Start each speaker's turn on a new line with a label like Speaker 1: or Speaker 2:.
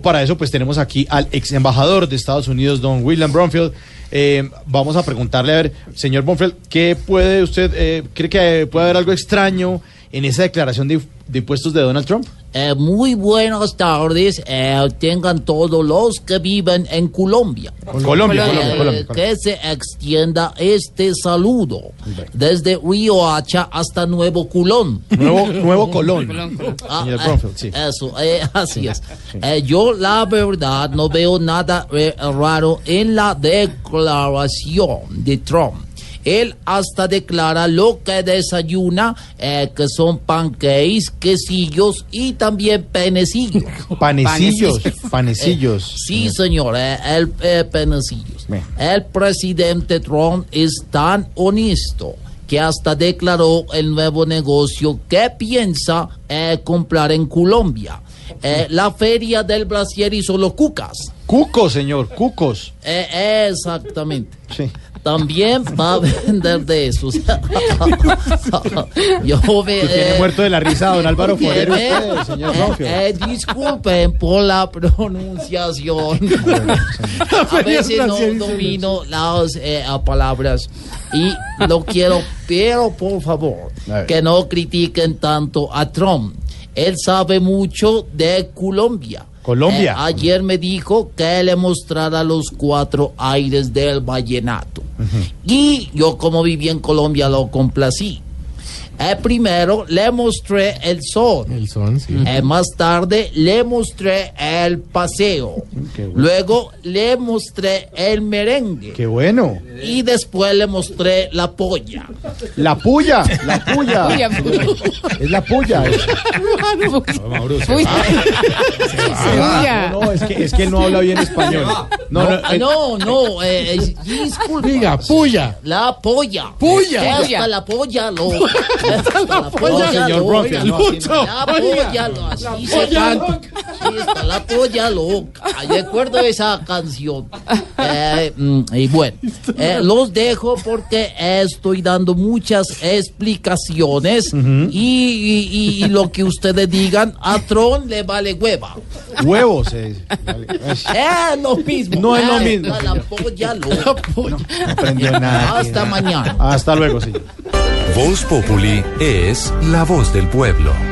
Speaker 1: para eso pues tenemos aquí al ex embajador de Estados Unidos, don William Bromfield. Eh, vamos a preguntarle, a ver, señor Bromfield, ¿qué puede usted, eh, cree que puede haber algo extraño en esa declaración de, de impuestos de Donald Trump?
Speaker 2: Eh, muy buenas tardes, eh, tengan todos los que viven en Colombia.
Speaker 1: Colombia, Colombia, Colombia,
Speaker 2: Eh,
Speaker 1: Colombia, Colombia.
Speaker 2: Que se extienda este saludo desde Riohacha hasta Nuevo Culón.
Speaker 1: Nuevo, nuevo Colón.
Speaker 2: Ah,
Speaker 1: Señor
Speaker 2: eh,
Speaker 1: Bromfield, sí.
Speaker 2: Eso, eh, así es. Eh, yo la verdad no veo nada eh, raro en la declaración de Trump. Él hasta declara lo que desayuna, eh, que son pancakes, quesillos y también penecillos.
Speaker 1: Panecillos, panecillos.
Speaker 2: Sí, señor, eh, el eh, penecillos. El presidente Trump es tan honesto que hasta declaró el nuevo negocio que piensa eh, comprar en Colombia. Eh, la feria del Brasier hizo los cucas.
Speaker 1: Cucos, señor, cucos.
Speaker 2: Eh, exactamente.
Speaker 1: Sí.
Speaker 2: También va a vender de esos. Yo ve-
Speaker 1: Tiene
Speaker 2: eh,
Speaker 1: muerto de la risa don Álvaro
Speaker 2: que
Speaker 1: Forero
Speaker 2: ve-
Speaker 1: usted, señor
Speaker 2: eh,
Speaker 1: Bromfield.
Speaker 2: eh, disculpen por la pronunciación. A veces no domino las eh, a palabras y lo quiero, pero por favor,
Speaker 1: A ver.
Speaker 2: que no critiquen tanto a Trump. Él sabe mucho de Colombia.
Speaker 1: Colombia.
Speaker 2: Eh, ayer me dijo que le mostrara los cuatro aires del vallenato. Y yo como viví en Colombia lo complací. Eh, primero le mostré el sol.
Speaker 3: El son, sí.
Speaker 2: Eh, más tarde le mostré el paseo.
Speaker 1: qué bueno.
Speaker 2: Luego le mostré el merengue.
Speaker 1: Qué bueno.
Speaker 2: Y después le mostré la polla.
Speaker 1: La puya, la puya.
Speaker 4: Puya, puya.
Speaker 1: es la puya. es-
Speaker 4: Puya.
Speaker 1: Ah, No, es que, es que él no habla bien español. No, no,
Speaker 2: Ah,
Speaker 1: eh,
Speaker 2: no, no, eh, eh, disculpa.
Speaker 3: Diga, puya.
Speaker 2: La polla.
Speaker 3: Puya.
Speaker 2: Hasta
Speaker 4: Polla.
Speaker 2: la polla lo. Hasta la polla
Speaker 1: señor
Speaker 2: lo-
Speaker 1: Bronfield, no, así
Speaker 3: no.
Speaker 2: La polla lo. Así se
Speaker 3: polla
Speaker 2: canta. Así está la polla loca. Ay, Recuerdo esa canción. Eh, mm, y bueno, eh, los dejo porque estoy dando muchas explicaciones y, y- y- y lo que ustedes digan a Tron le vale hueva.
Speaker 1: Huevos. eh, vale, ay,
Speaker 2: Es lo mismo.
Speaker 1: No es lo
Speaker 2: Ahí
Speaker 1: mismo,
Speaker 2: está La polla loca.
Speaker 1: no aprendió nada.
Speaker 2: Hasta mañana.
Speaker 1: Hasta luego, señor.
Speaker 5: Voz Populi es la voz del pueblo.